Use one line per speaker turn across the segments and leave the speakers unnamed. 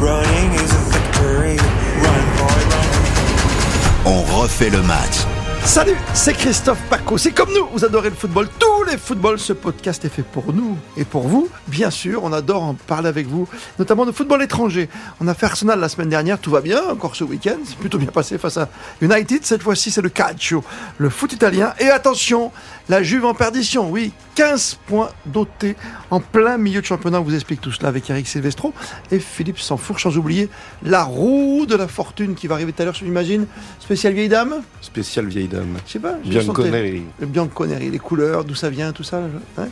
Running is a victory. Run, boy, run.
On refait le match.
Salut, c'est Christophe Paco. C'est comme nous, vous adorez le football. Tous les footballs, ce podcast est fait pour nous et pour vous. Bien sûr, on adore en parler avec vous, notamment de football étranger. On a fait Arsenal la semaine dernière, tout va bien, encore ce week-end. C'est plutôt bien passé face à United. Cette fois-ci, c'est le Calcio, le foot italien. Et attention, la Juve en perdition, oui, 15 points dotés en plein milieu de championnat. On vous explique tout cela avec Eric Silvestro et Philippe Sanfour, sans oublier la roue de la fortune qui va arriver tout à l'heure, j'imagine. Spécial vieille dame
Spécial vieille dame.
Je sais pas. je sentais-
Bianconeri.
Le Bianconeri, les couleurs, d'où ça vient, tout ça. je- hein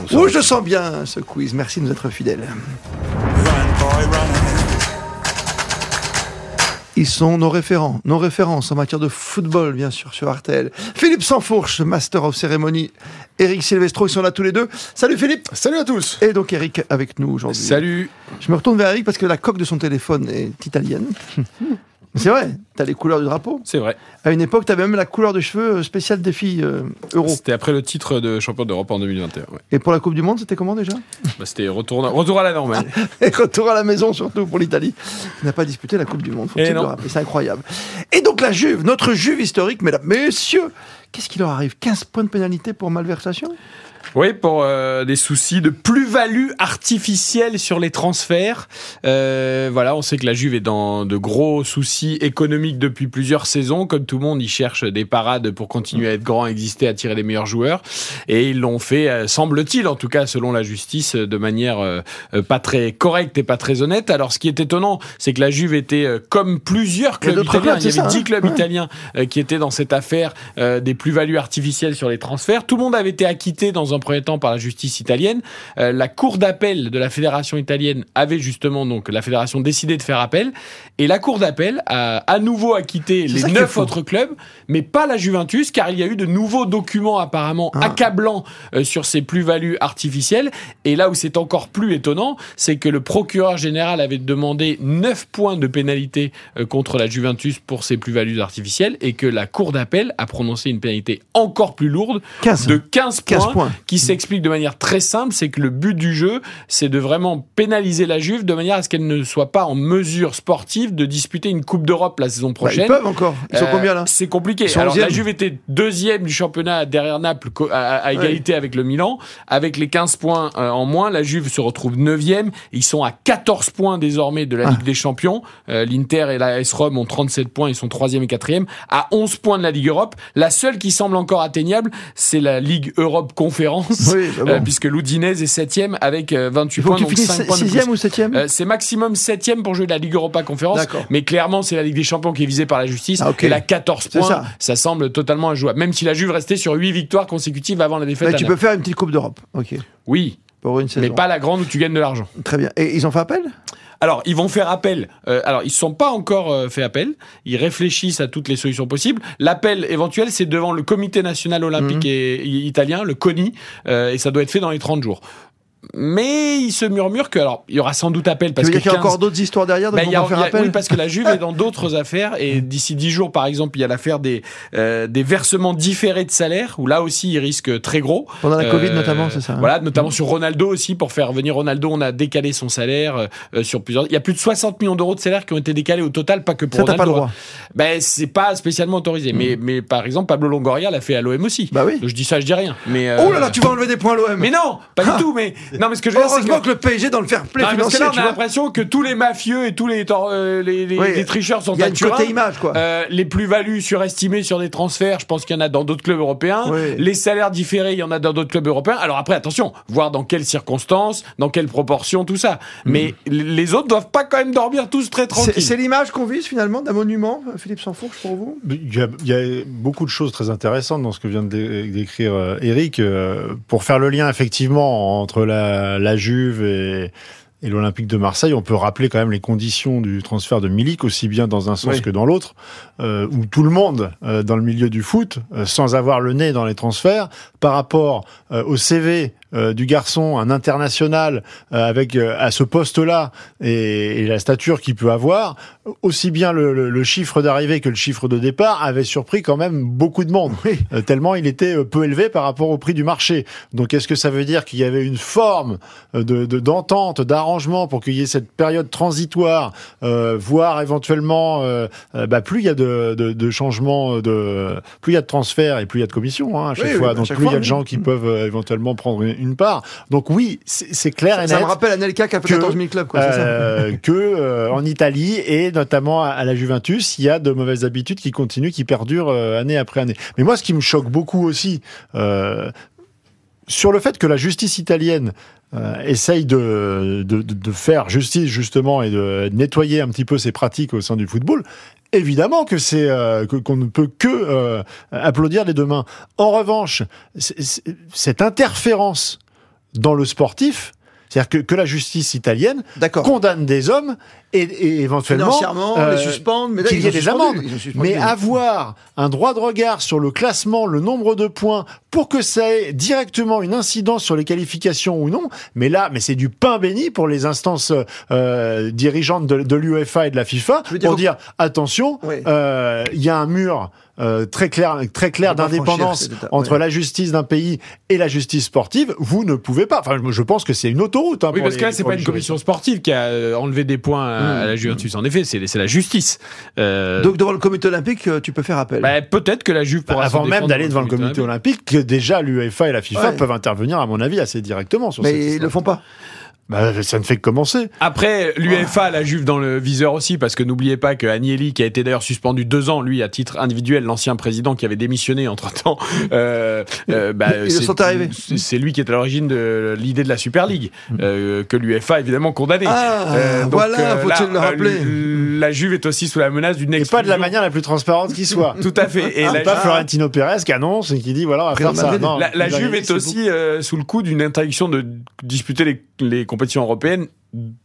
On
Ouh,
s'arrête.
je sens bien ce quiz. Merci de nous être fidèles.
Run, boy, run.
Ils sont nos référents, nos références en matière de football, bien sûr, sur Artel. Philippe Sansfourche, Master of Cérémonie. Eric Silvestro, ils sont là tous les deux. Salut Philippe
Salut à tous
Et donc Eric avec nous aujourd'hui.
Salut
Je me retourne vers Eric parce que la coque de son téléphone est italienne. Mais C'est vrai, t'as les couleurs du drapeau.
C'est vrai.
À une époque, t'avais même la couleur de cheveux spéciale des filles euh, euro.
C'était après le titre de champion d'Europe en 2021. ouais.
Et pour la Coupe du Monde, c'était comment déjà
Bah, c'était retour, retour à la normale.
Et retour à la maison, surtout pour l'Italie. Il n'a pas disputé la Coupe du Monde,
Eh
faut-il le
non.
rappeler. C'est incroyable. Et donc la Juve, notre Juve historique, mesdames, messieurs, qu'est-ce qui leur arrive 15 points de pénalité pour malversation
Oui, pour euh, des soucis de plus-value artificielle sur les transferts. Euh, voilà, on sait que la Juve est dans de gros soucis économiques depuis plusieurs saisons. Comme tout le monde, ils cherchent des parades pour continuer à être grand, exister, attirer les meilleurs joueurs. Et ils l'ont fait, euh, semble-t-il, en tout cas selon la justice, euh, de manière euh, euh, pas très correcte et pas très honnête. Alors, ce qui est étonnant, c'est que la Juve était euh, comme plusieurs
Il y a
clubs
d'autres
italiens.
clubs,
Il y
c'est
avait
ça,
10
hein.
clubs
Ouais.
italiens euh, qui étaient dans cette affaire euh, des plus-values artificielles sur les transferts. Tout le monde avait été acquitté dans un premier temps par la justice italienne. Euh, la cour d'appel de la fédération italienne avait justement donc la fédération décidé de faire appel et la cour d'appel a à nouveau acquitté
C'est
les
ça qui est
neuf
fou.
autres clubs, mais pas la Juventus car il y a eu de nouveaux documents apparemment
Ah.
accablants euh, sur ces plus-values artificielles. Et là où c'est encore plus étonnant, c'est que le procureur général avait demandé 9 points de pénalité euh, contre la Juventus pour ces plus-values artificielles et que la Cour d'appel a prononcé une pénalité encore plus lourde
15.
de 15 points,
15 points. Bah,
qui s'explique de manière très simple, c'est que le but du jeu, c'est de vraiment pénaliser la Juve de manière à ce qu'elle ne soit pas en mesure sportive de disputer une Coupe d'Europe la saison
Bah, Ils
prochaine.
peuvent encore. Ils sont
Euh,
combien là
C'est compliqué.
Ils sont
Alors la
onzième.
Juve était deuxième du championnat derrière Naples co- à, à- à égalité avec le Milan. Avec les 15 points euh, en moins, la Juve se retrouve neuvième. Ils sont à 14 points désormais de la
Ah.
Ligue des Champions. Euh, L'Inter et la S-Rome ont 37 points. Ils sont troisième et quatrième. À 11 points de la Ligue Europe. La seule qui semble encore atteignable, c'est la Ligue Europe Conférence.
Oui, bah bon.
euh, puisque l'Udinese est septième avec euh, 28
Il faut
points,
qu'ils
donc 5
finissent
points de plus.
6 ou 7
Euh, c'est maximum 7 pour jouer la Ligue Europa Conférence.
D'accord.
Mais clairement, c'est la Ligue des Champions qui est visée par la justice.
Ah, ok.
Et la 14
C'est
points,
ça.
ça. semble totalement injouable. Même si la Juve restait sur 8 victoires consécutives avant la
Mais
défaite. à
Bah, tu
Naples.
peux faire une petite Coupe d'Europe. Ok.
Oui,
Pour une saison.
mais pas la grande où tu gagnes de l'argent.
Très bien. Et ils ont fait appel
Alors, ils vont faire appel. Euh, alors, ils ne sont pas encore euh, fait appel. Ils réfléchissent à toutes les solutions possibles. L'appel éventuel, c'est devant le Comité national
Mhm.
olympique et, i- italien, le CONI, euh, et ça doit être fait dans les 30 jours. Mais il se murmure que, alors, il y aura sans doute appel
Tu
parce
veux
que
dire qu'il y a
15
encore d'autres histoires derrière Ah, donc
Ben,
on
il y a-
va faire
il y a-
appel
oui, parce que la Juve est dans d'autres affaires et d'ici 10 jours, par exemple, il y a l'affaire des, euh, des versements différés de salaire où là aussi, ils risquent très gros.
Pendant la Covid
Euh,
notamment, c'est ça hein
Voilà, notamment sur Ronaldo aussi, pour faire venir Ronaldo, on a décalé son salaire euh, euh, sur plusieurs. Il y a plus de 60 millions d'euros de salaire qui ont été décalés au total, pas que pour
Ça, t'as
Ronaldo.
pas le droit. Mm.
hein. Ben, c'est pas spécialement autorisé. Mais, mais par exemple, Pablo Longoria l'a fait à l'OM aussi.
Bah oui.
Je dis ça, je dis rien. Mais, euh,
Oh là là, tu vas enlever des points à l'OM.
Mais non, pas du tout. Mais non, mais ce que je veux dire, c'est
Heureusement
que
que le PSG dans le fair play
non, mais parce que
financier,
là,
tu
on a
vois.
l'impression que tous les mafieux et tous les, tor- euh, les, les-
Oui,
les tricheurs sont
Il y a
à
une
Turin.
côté image quoi.
Euh, les plus-values surestimées sur des transferts, je pense qu'il y en a dans d'autres clubs européens.
Oui.
Les salaires différés, il y en a dans d'autres clubs européens. Alors après, attention, voir dans quelles circonstances, dans quelles proportions, tout ça. Mais les autres doivent pas quand même dormir tous très
Hmm. C'est c'est
tranquilles.
l'image qu'on vise finalement d'un monument, Philippe Sansfourche, pour vous
Il y, a, il y a beaucoup de choses très intéressantes dans ce que vient de dé- décrire euh, Eric. Euh, Pour faire le lien effectivement entre la, la Juve et, et l'Olympique de Marseille, on peut rappeler quand même les conditions du transfert de Milik, aussi bien dans un sens
Oui.
que dans l'autre, euh, où tout le monde euh, dans le milieu du foot, euh, sans avoir le nez dans les transferts, par rapport euh, au CV euh, du garçon, un international euh, avec euh, à ce poste-là et, et la stature qu'il peut avoir, aussi bien le, le- le chiffre d'arrivée que le chiffre de départ avait surpris quand même beaucoup de monde, Euh, tellement il était euh, peu élevé par rapport au prix du marché. Donc est-ce que ça veut dire qu'il y avait une forme euh, de de- d'entente, d'arrangement pour qu'il y ait cette période transitoire, euh, voire éventuellement, euh, euh, bah, plus il y a de, de, de changements, euh, de, plus il y a de transferts et plus il y a de commissions hein, à chaque
Oui, oui,
fois.
bah, à
Donc
chaque
plus il y
fois,
a de
oui.
gens qui peuvent euh, éventuellement prendre une, une part. Donc oui, c'est c'est clair et
Ça
net.
me rappelle Anelka qui a fait
que,
14 000 clubs, quoi, c'est ça
euh, que euh, en Italie et notamment à, à la Juventus, il y a de mauvaises habitudes qui continuent, qui perdurent euh, année après année. Mais moi, ce qui me choque beaucoup aussi euh, sur le fait que la justice italienne euh, essaye de, de, de- de faire justice justement et de nettoyer un petit peu ses pratiques au sein du football. Évidemment que c'est euh, que- qu'on ne peut que euh, applaudir les deux mains. En revanche, c- c- cette interférence dans le sportif, c'est-à-dire que, que la justice italienne
D'accord.
condamne des hommes et, et éventuellement
Financièrement,
euh,
les suspendre, mais là,
qu'il
ils
y ait
ont
des
suspendu,
amendes.
ils ont suspendu.
Mais avoir un droit de regard sur le classement, le nombre de points, pour que ça ait directement une incidence sur les qualifications ou non, mais là, mais c'est du pain béni pour les instances euh, dirigeantes de, de l'UEFA et de la FIFA
Je veux dire-
pour dire attention, euh,
Oui.
il y a un mur. euh, très clair, très clair
On va
d'indépendance
franchir cet état,
entre
ouais.
la justice d'un pays et la justice sportive, vous ne pouvez pas. Enfin, je pense que c'est une autoroute. hein,
Oui,
pour
parce
les-
que là, c'est
pour
pas
les
une
juristes.
commission sportive qui a euh, enlevé des points à, à la Juventus. En effet, c'est c'est la justice. Euh,
Hmm. Donc devant le comité olympique, euh, tu peux faire appel.
bah, peut-être que la Juve pourra se
avant même
défendre
d'aller devant le comité olympique, que déjà l'UEFA et la FIFA
Ouais.
peuvent intervenir, à mon avis, assez directement sur cette
mais ils
histoire.
le font pas.
Bah, ça ne fait que commencer.
Après, l'UEFA, la Juve dans le viseur aussi, parce que n'oubliez pas que Agnelli, qui a été d'ailleurs suspendu deux ans, lui, à titre individuel, l'ancien président qui avait démissionné entre temps, euh, euh, bah,
Ils le
c'est-
sont arrivés.
c'est- C'est lui qui est à l'origine de l'idée de la Super League, euh, que l'UEFA a évidemment condamné.
Ah, voilà, faut-il
là,
le rappeler.
euh, La Juve est aussi sous la menace d'une
Et
expulsion.
pas de la manière la plus transparente qui soit.
Tout à fait. Et
Et
la
pas
Juve-
Florentino Pérez qui annonce et qui dit voilà, on va
Real
faire ça.
Madrid.
Non,
La, la
vous
Juve
avez-
est
c'est
aussi euh, sous le coup d'une interdiction de disputer les, les compétitions européennes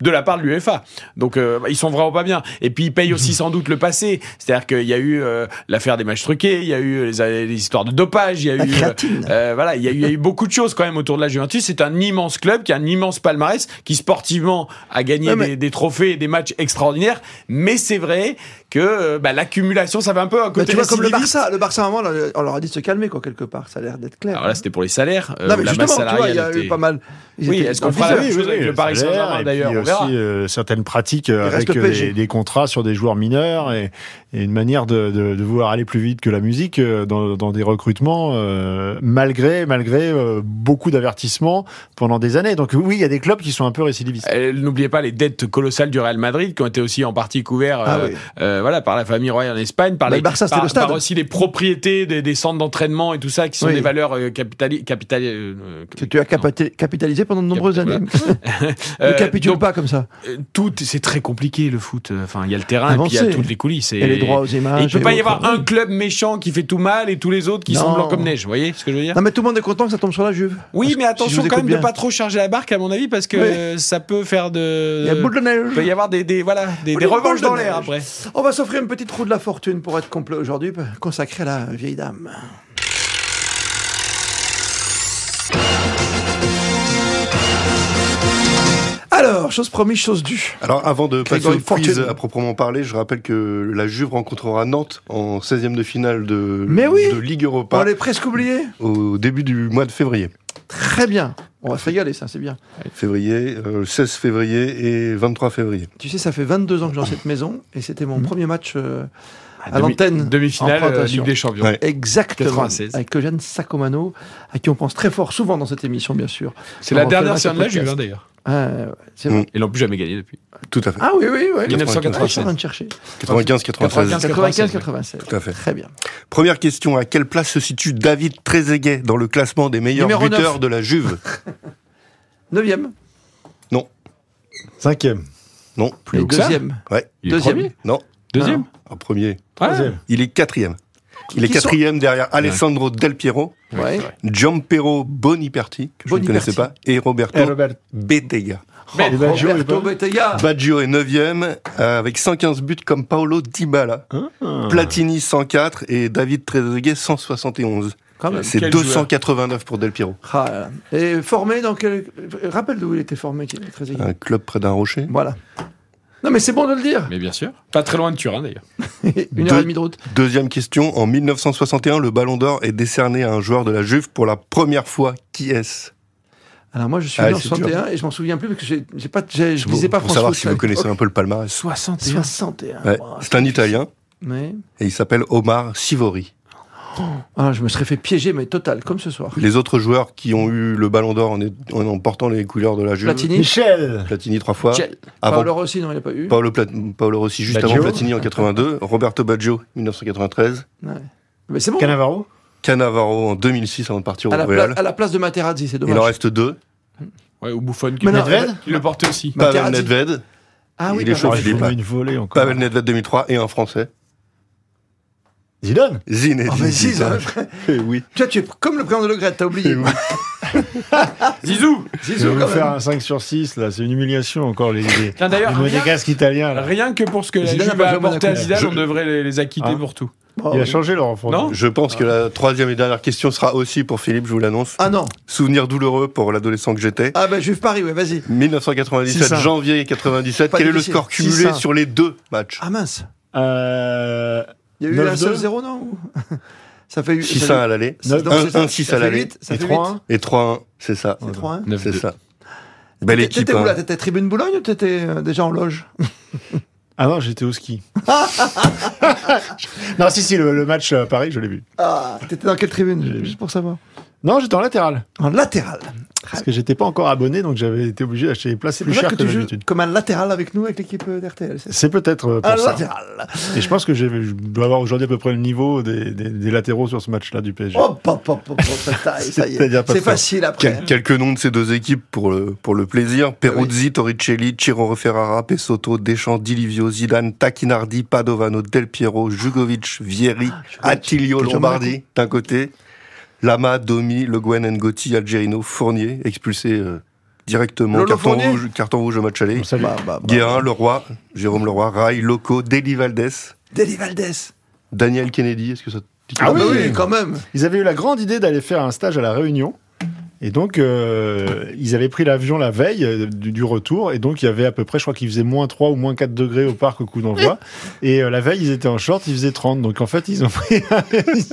de la part de l'UEFA. Donc euh, bah, ils sont vraiment pas bien. Et puis ils payent aussi sans doute le passé. C'est-à-dire qu'il y a eu euh, l'affaire des matchs truqués, il y a eu euh, les, les histoires de dopage, il y a
La
eu... euh,
créatine. Bah,
euh, voilà, il y, a eu- il y a eu beaucoup de choses quand même autour de la Juventus. C'est un immense club qui a un immense palmarès, qui sportivement a gagné
Ouais, mais-
des, des trophées et des matchs extraordinaires. Mais c'est vrai que euh, bah, l'accumulation, ça va un peu à
Mais
côté
Bah, tu vois comme le
récidiviste.
Barça, le Barça à un moment, là, on leur a dit de se calmer quoi quelque part. Ça a l'air d'être clair.
Alors là, c'était pour les salaires. Euh,
non mais
la
justement,
masse
tu vois, il y a
salariale
eu
était-
pas mal. ils
Oui,
étaient
est-ce
dans
qu'on
le
fera la
viseur.
même euh, chose avec le Paris
salaire,
Saint-Germain
et
d'ailleurs
puis
on verra.
aussi euh, certaines pratiques euh,
Il reste
avec
le
euh,
PSG.
des, des contrats sur des joueurs mineurs et, et une manière de, de- de vouloir aller plus vite que la musique euh, dans, dans des recrutements euh, malgré malgré euh, beaucoup d'avertissements pendant des années. Donc oui, il y a des clubs qui sont un peu récidivistes.
Euh, N'oubliez pas les dettes colossales du Real Madrid qui ont été aussi en partie couvertes
Ah
euh,
oui.
euh, voilà, par la famille royale en Espagne, par,
Bah,
les,
le Barça, c'était
par,
le stade.
par aussi les propriétés des, des centres d'entraînement et tout ça qui sont
Oui.
des valeurs euh, capitali- capitali- euh,
que tu as capati- capitalisé pendant de nombreuses
Capitalisé,
années.
euh,
Ne capitule
donc,
pas comme ça.
euh, tout, c'est très compliqué le foot. Enfin, il y a le terrain et puis il y a
Avancez.
toutes les coulisses.
Et les droits aux
et
images.
il peut
et
pas y
autres.
avoir un club méchant qui fait tout mal et tous les autres qui sont
Non.
blancs comme neige. Vous voyez ce que je veux dire
Non mais tout le monde est content que ça tombe sur la Juve. Parce
Oui,
que si
mais
je
attention
vous
quand
écoute
même
bien,
de pas trop charger la barque, à mon avis, parce que
Oui.
euh, ça peut faire de.
Il y a boule de
Bah, Il peut
neige.
y avoir des, des, voilà, des,
Boule
des
de-
revanches
boule de
dans l'air
neige.
après.
On va s'offrir une petite roue de la fortune pour être complet aujourd'hui, consacrée à la vieille dame. Alors, chose promise, chose due.
Alors avant de passer
Grégory
au quiz
Fortune.
à proprement parler, je rappelle que la Juve rencontrera Nantes en 16e de finale de,
Mais oui
de Ligue
On
Bah.
Europa
l'est presque oublié.
au début du mois de février.
Très bien. On va se régaler, ça, c'est bien.
Février, euh, 16 février et 23 février.
Tu sais, ça fait 22 ans que je suis dans cette maison et c'était
Hmm.
mon premier match euh,
Ah,
à l'antenne.
Demi-finale
en
euh,
présentation.
Ligue des Champions.
Ouais.
Exactement.
96.
Avec Eugène Sacomano, à qui on pense très fort souvent dans cette émission, bien sûr.
C'est la
On
dernière
refait le
saison de la
match au
Juve, hein,
podcast.
d'ailleurs.
Ah, ouais, c'est vrai.
Mm.
Ils l'ont plus jamais gagné depuis.
Tout à fait.
Ah oui, oui, oui. Ah, je suis en
1996.
train de chercher.
95, 96.
95,
95, 96.
Tout à fait.
Très bien.
Première question, à quelle place se situe David Trezeguet dans le classement des meilleurs
Numéro
buteurs
neuf.
de la Juve
Neuvième.
Cinquième.
Non,
Plus
et
haut que ça.
deuxième.
ouais,
Il est
Deuxième.
premier.
non,
Deuxième.
en premier.
Troisième.
Il est quatrième. Il est
Qui sont-
quatrième derrière Alessandro Del Piero,
Ouais.
Giampero Boniperti, que je ne
Boniperti.
connaissais pas, et Roberto
Et Robert.
Bettega.
Ben,
Roberto
Oh, Roberto
Baggio,
Bettega.
Baggio est 9e euh, avec 115 buts comme
Ah.
Paolo Dybala. Platini 104 et David Trezeguet 171.
Quand même.
C'est
Quel
289 pour Del Piro.
Ah là là. Et formé dans quel. Rappelle d'où il était formé, qui est très aigu.
Un club près d'un rocher.
Voilà. Non, mais c'est bon de le dire.
Mais bien sûr. Pas très loin de Turin d'ailleurs.
Une heure
Deux-
et demie de route.
Deuxième question. En 1961, le Ballon d'Or est décerné à un joueur de la Juve pour la première fois. Qui est-ce
Alors moi, je suis
Ah,
né en
c'est dur.
61 et je m'en souviens plus parce que j'ai j'ai pas, j'ai- je lisais pas
Pour
France
savoir
Foot,
si vous
là.
connaissez un peu le palmarès.
61.
61.
Ouais,
Wow,
C'est un Italien
Mais...
et il s'appelle Omar Sivori.
Ah, je me serais fait piéger, mais total, comme ce soir.
Les autres joueurs qui ont eu le Ballon d'Or en, est- en portant les Ah, couleurs de la Juve.
Platini,
Michel
Platini trois fois.
Michel.
Avant
Paolo Rossi, non, il n'a pas eu.
Paolo, Plat- Paolo Rossi juste
Baggio.
avant Platini en 82, Roberto Baggio 1993,
Ouais. Mais c'est bon.
Canavaro
Cannavaro en 2006 avant de partir au
À la,
Real.
pla- à la place de Materazzi, c'est
Il en
dommage.
reste deux.
Ouais, ou Bouffon qui
Mais non,
Nedved
qui le portait aussi.
Pavel
Materazzi.
Nedved,
euh, Ah oui,
il est
pardon.
chaud,
J'aurais
Philippe.
voulu une volée encore.
Pavel Nedved 2003 et un Français,
Zidane
Zinedine
Oh, mais si,
Zidane.
ça-
Eh oui.
Toi, tu es comme le président de Le Gret, t'as oublié.
Zizou
Zizou,
Je vais
quand
vous faire
même.
un 5 sur 6, là. C'est une humiliation encore, les, les,
Tiens,
les
D'ailleurs, rien,
monégasques italiens. là.
rien que pour ce que la
Zidane a
Juve
pas
a
joué à
apporté à
Monaco.
Zidane,
Je-
on devrait les, les acquitter
Hein
pour tout.
Oh,
Il a
oui.
changé, Laurent Fondin.
Non
Je pense que la troisième et dernière question sera aussi pour Philippe, je vous l'annonce.
Ah non.
Souvenir douloureux pour l'adolescent que j'étais.
Ah ben, Juve Paris, ouais, vas-y.
1997,
C'est ça.
janvier 97,
Pas
quel est le
difficile.
score
C'est
cumulé
ça.
sur les deux matchs
Ah mince.
Euh,
Il y a eu
9-2.
un seul 0, non ou- Ça fait 8.
6-1 à l'aller
Ça-
Neuf-
non, c'est ça.
un- un six
Ça
à
fait
l'aller.
huit, Ça
Et
fait
3-1.
8.
et 3-1, c'est ça.
C'est 3
C'est
9-2.
ça. Belle équipe.
T'étais où
hein.
là T'étais tribune Boulogne ou t'étais euh, déjà en loge
Ah non, j'étais au ski. non, si, si, le, le match à Paris, je l'ai vu.
Ah, t'étais dans quelle tribune Juste pour savoir.
Non, j'étais en latéral.
En latéral.
Parce que j'étais pas encore abonné, donc j'avais été obligé d'acheter les places
C'est
plus
pour ça
chères
que
que,
tu joues
d'habitude.
comme un latéral avec nous, avec l'équipe euh, d'RTL. c'est ça
C'est peut-être euh, pour
Un
ça.
Ah, latéral.
Et je pense que j'ai- je dois avoir aujourd'hui à peu près le niveau des, des- des latéraux sur ce match-là du PSG.
Hop, hop, hop, hop, hop, taille, ça y
C'est-à-dire
est.
pas
C'est
de quoi.
facile après. Bah,
Quel- quelques noms de ces deux équipes pour le, pour le plaisir. Peruzzi, Torricelli, Ciro Ferrara, Pesotto, Deschamps, Dilivio, Zidane, Tacchinardi, Padovano, Del Piero, Jugovic, Vieri,
Ah,
Attilio,
Gianmarco.
Lombardi d'un côté, Lama, Domi, Le Guen, Ngoti, Algerino, Fournier, expulsé euh, directement,
Lolo
carton
Fournier.
rouge, carton rouge au match aller.
On salue.
Bah, bah, bah.
Guérin, Leroy, Jérôme Leroy, Rai, Loco, Deli Valdés,
Deli Valdés.
Daniel Kennedy, est-ce que ça te dit
Ah
Ah
quelque
bah
chose
oui, quand même.
Ils avaient eu la grande idée d'aller faire un stage à La Réunion. Et donc, euh, ils avaient pris l'avion la veille euh, du, du retour. Et donc, il y avait à peu près, je crois qu'il faisait moins 3 ou moins 4 degrés au parc au coup d'envoi. Et euh, la veille, ils étaient en short, ils faisaient 30. Donc, en fait, ils ont pris, ils ont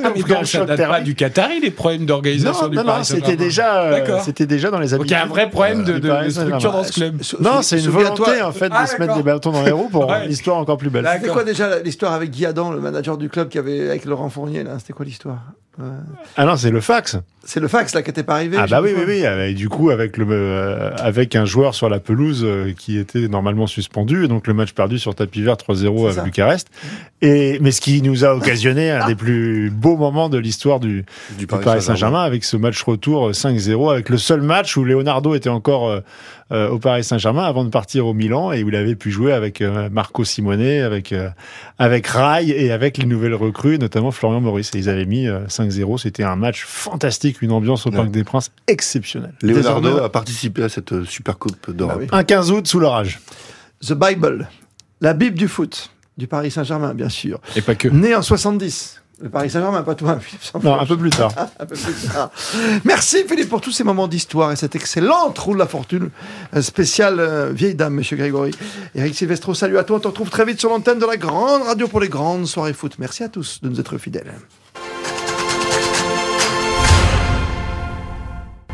Ah, mais
pris
non, ça date pas
thermique.
du Qatari, les problèmes d'organisation
Non,
du
non,
Paris
non, c'était
Saint-Germain.
déjà, euh,
D'accord.
c'était déjà dans les
Donc il y
habitudes.
a un vrai problème de,
euh,
de-
du
de
Paris Saint-Germain.
structure dans ce club.
Sou-
Non,
sou-
c'est une
souviens-toi-
volonté en fait
Ah,
de se mettre
d'accord.
des bâtons dans les roues pour rendre
Ouais.
l'histoire encore plus belle.
D'accord.
C'était quoi déjà l'histoire avec Guilladan, le manager du club qui avait avec Laurent Fournier là C'était quoi l'histoire Euh,
Ah non, c'est le fax.
C'est le fax là qui était pas arrivé.
Ah
je
bah
sais
oui,
pas
oui,
quoi.
oui. Et du coup, avec le, euh, avec un joueur sur la pelouse euh, qui était normalement suspendu, et donc le match perdu sur tapis vert 3-0
C'est ça. Ah.
à Bucarest. Et mais ce qui nous a occasionné un des plus beaux moments de l'histoire du,
Du
du Paris Saint-Germain avec ce match retour euh, 5-0, avec le seul match où Leonardo était encore euh, euh, au Paris Saint-Germain avant de partir au Milan et où il avait pu jouer avec euh, Marco Simone, avec, euh, avec Rai et avec les nouvelles recrues, notamment Florian Maurice. Et ils avaient mis euh, 5-0. C'était un match fantastique, une ambiance
Ouais.
au Parc des Princes exceptionnelle.
Leonardo
Désormais,
a participé à cette euh, Super Coupe d'Europe.
Bah oui.
un 15 août sous l'orage.
The Bible, la Bible du foot du Paris Saint-Germain, bien sûr.
Et pas que.
Né en 70. Le Paris Saint-Germain, pas toi, Philippe
Non, un peu plus tard.
un peu plus tard. Merci Philippe pour tous ces moments d'histoire et cette excellente roue de la fortune euh, spéciale euh, vieille dame, Monsieur Grégory. Eric Silvestro, salut à toi. On te retrouve très vite sur l'antenne de la grande radio pour les grandes soirées foot. Merci à tous de nous être fidèles.